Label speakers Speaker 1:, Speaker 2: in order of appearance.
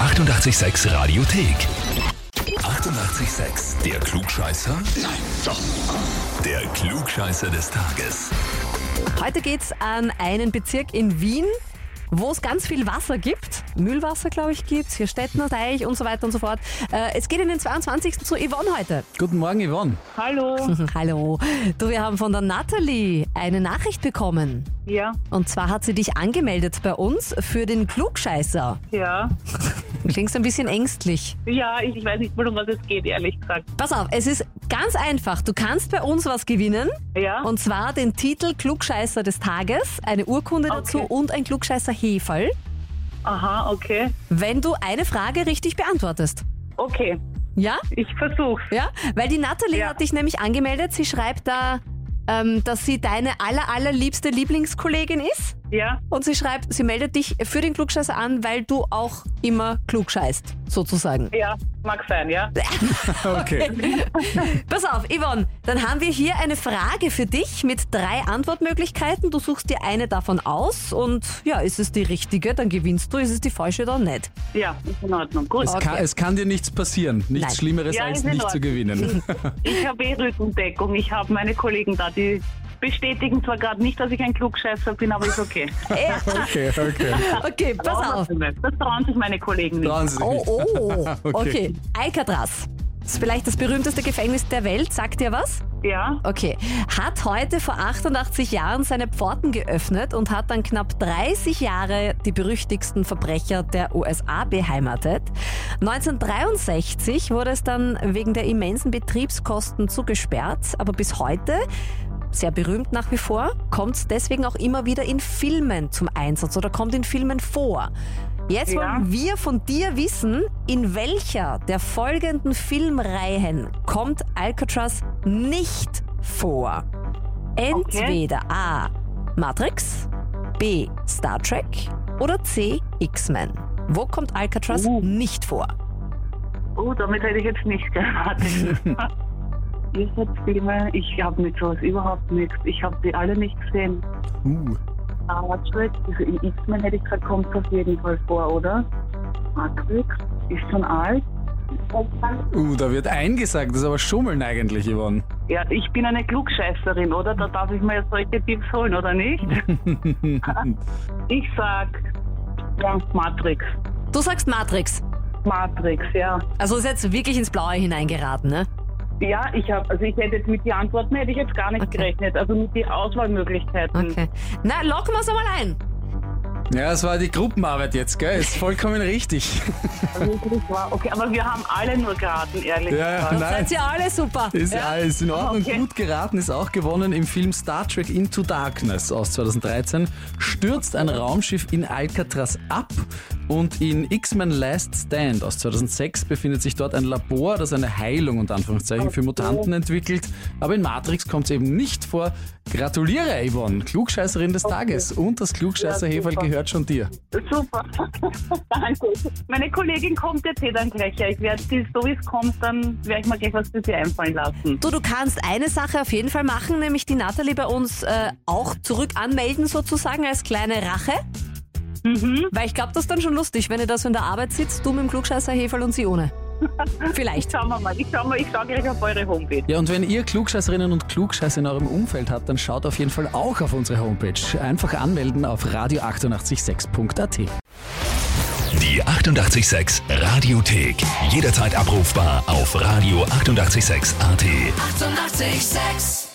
Speaker 1: 886 Radiothek. 88,6. Der Klugscheißer? Nein, doch. Der Klugscheißer des Tages.
Speaker 2: Heute geht's an einen Bezirk in Wien, wo es ganz viel Wasser gibt. Mühlwasser, glaube ich, gibt's hier Stettner Teich und so weiter und so fort. Äh, es geht in den 22. zu Yvonne heute. Hm,
Speaker 3: Guten Morgen, Yvonne.
Speaker 4: Hallo.
Speaker 2: Hallo. Du, wir haben von der Natalie eine Nachricht bekommen.
Speaker 4: Ja,
Speaker 2: Und zwar hat sie dich angemeldet bei uns für den Klugscheißer.
Speaker 4: ja.
Speaker 2: Du klingst ein bisschen ängstlich.
Speaker 4: Ja, ich, ich weiß nicht mal, um was es geht, ehrlich gesagt.
Speaker 2: Pass auf, es ist ganz einfach. Du kannst bei uns was gewinnen.
Speaker 4: Ja.
Speaker 2: Und zwar den Titel Klugscheißer des Tages, eine Urkunde dazu
Speaker 4: Okay.
Speaker 2: und ein Klugscheißer Hefall,
Speaker 4: Aha, okay.
Speaker 2: wenn du eine Frage richtig beantwortest.
Speaker 4: Okay,
Speaker 2: Ja?
Speaker 4: ich versuch's.
Speaker 2: Ja? Weil die Natalie
Speaker 4: Ja.
Speaker 2: hat dich nämlich angemeldet. Sie schreibt da, ähm, dass sie deine aller, allerliebste Lieblingskollegin ist.
Speaker 4: Ja,
Speaker 2: Und sie schreibt, sie meldet dich für den Klugscheißer an, weil du auch immer klugscheißt, sozusagen.
Speaker 4: ja, mag sein, ja.
Speaker 3: Okay.
Speaker 2: Pass auf, Yvonne, dann haben wir hier eine Frage für dich mit drei Antwortmöglichkeiten. Du suchst dir eine davon aus und ja, ist es die richtige, dann gewinnst du, ist es die falsche, dann nicht.
Speaker 4: Ja, ist in Ordnung. Gut.
Speaker 3: Es, kann, es kann dir nichts passieren. Nichts
Speaker 2: Nein.
Speaker 3: Schlimmeres
Speaker 4: Ja,
Speaker 3: als
Speaker 4: ist in
Speaker 3: nicht zu
Speaker 4: Ordnung.
Speaker 3: gewinnen.
Speaker 4: Ich habe eh Rückendeckung. Ich habe meine Kollegen da, die bestätigen zwar gerade nicht, dass ich ein Klugscheißer bin, aber ist okay.
Speaker 2: Ja,
Speaker 3: Okay, okay.
Speaker 2: okay, pass auf.
Speaker 4: Das trauen sich meine Kollegen nicht.
Speaker 3: Trauen Sie sich
Speaker 2: Oh,
Speaker 3: nicht.
Speaker 2: oh, okay.
Speaker 3: Okay.
Speaker 2: Alcatraz. Ist vielleicht das berühmteste Gefängnis der Welt, sagt dir was?
Speaker 4: Ja,
Speaker 2: Okay. Hat heute vor 88 Jahren seine Pforten geöffnet und hat dann knapp 30 Jahre die berüchtigsten Verbrecher der USA beheimatet. 1963 wurde es dann wegen der immensen Betriebskosten zugesperrt, aber bis heute, sehr berühmt nach wie vor, kommt es deswegen auch immer wieder in Filmen zum Einsatz oder kommt in Filmen vor. Jetzt
Speaker 4: Ja.
Speaker 2: wollen wir von dir wissen, in welcher der folgenden Filmreihen kommt Alcatraz nicht vor? Entweder A. Matrix, B. Star Trek oder C. X-Men. Wo kommt Alcatraz
Speaker 4: Uh.
Speaker 2: nicht vor?
Speaker 4: oh, damit hätte ich jetzt nicht gewartet. Ihr habt Filme, ich habe mit sowas überhaupt nichts. Ich habe die alle nicht gesehen.
Speaker 3: Uh,
Speaker 4: Matrix, also in X-Men hätte ich gesagt, kommt auf jeden Fall vor, oder? Matrix ist schon alt. oh.
Speaker 3: uh, da wird eingesagt. Das ist aber Schummeln eigentlich, Yvonne.
Speaker 4: Ja, ich bin eine Klugscheißerin, oder? Da darf ich mir jetzt solche Tipps holen, oder nicht? ich sag, ja, Matrix.
Speaker 2: Du sagst Matrix.
Speaker 4: Matrix, ja.
Speaker 2: Also ist jetzt wirklich ins Blaue hineingeraten, ne?
Speaker 4: Ja, ich habe, also ich hätte jetzt mit den Antworten hätte ich jetzt gar nicht
Speaker 2: Okay.
Speaker 4: gerechnet. Also mit den Auswahlmöglichkeiten.
Speaker 2: Okay. Na, locken wir es einmal ein.
Speaker 3: Ja, es war die Gruppenarbeit jetzt, gell? Ist vollkommen richtig.
Speaker 4: Also wirklich wahr. okay, aber wir haben alle nur geraten, ehrlich
Speaker 3: Ja,
Speaker 4: gesagt.
Speaker 3: nein.
Speaker 2: Seid ihr alle super?
Speaker 3: Ist ja. alles in Ordnung.
Speaker 4: Okay.
Speaker 3: Gut geraten ist auch gewonnen im Film Star Trek Into Darkness aus 2013. Stürzt ein Raumschiff in Alcatraz ab und in X-Men Last Stand aus 2006 befindet sich dort ein Labor, das eine Heilung und Anführungszeichen für Mutanten entwickelt. Aber in Matrix kommt es eben nicht vor. Gratuliere, Yvonne, Klugscheißerin des Tages. Und das klugscheißer
Speaker 4: Ja, super.
Speaker 3: gehört schon dir.
Speaker 4: Super. Danke. Meine Kollegin kommt jetzt eh dann gleich her. Ich werde sie, so wie es kommt, dann werde ich mal gleich was für sie einfallen lassen.
Speaker 2: Du, du kannst eine Sache auf jeden Fall machen, nämlich die Natalie bei uns äh, auch zurück anmelden sozusagen als kleine Rache. Weil ich glaube, das ist dann schon lustig, wenn ihr da so in der Arbeit sitzt, du mit dem Klugscheißer Heferl und sie ohne. Vielleicht.
Speaker 4: Schauen wir mal. Ich schau mal, ich schau gleich auf eure Homepage.
Speaker 3: Ja, und wenn ihr Klugscheißerinnen und Klugscheißer in eurem Umfeld habt, dann schaut auf jeden Fall auch auf unsere Homepage. Einfach anmelden auf radio886.at.
Speaker 1: Die 88,6 Radiothek. Jederzeit abrufbar auf radio886.at. 88,6.
Speaker 5: Eighty-eight, sex.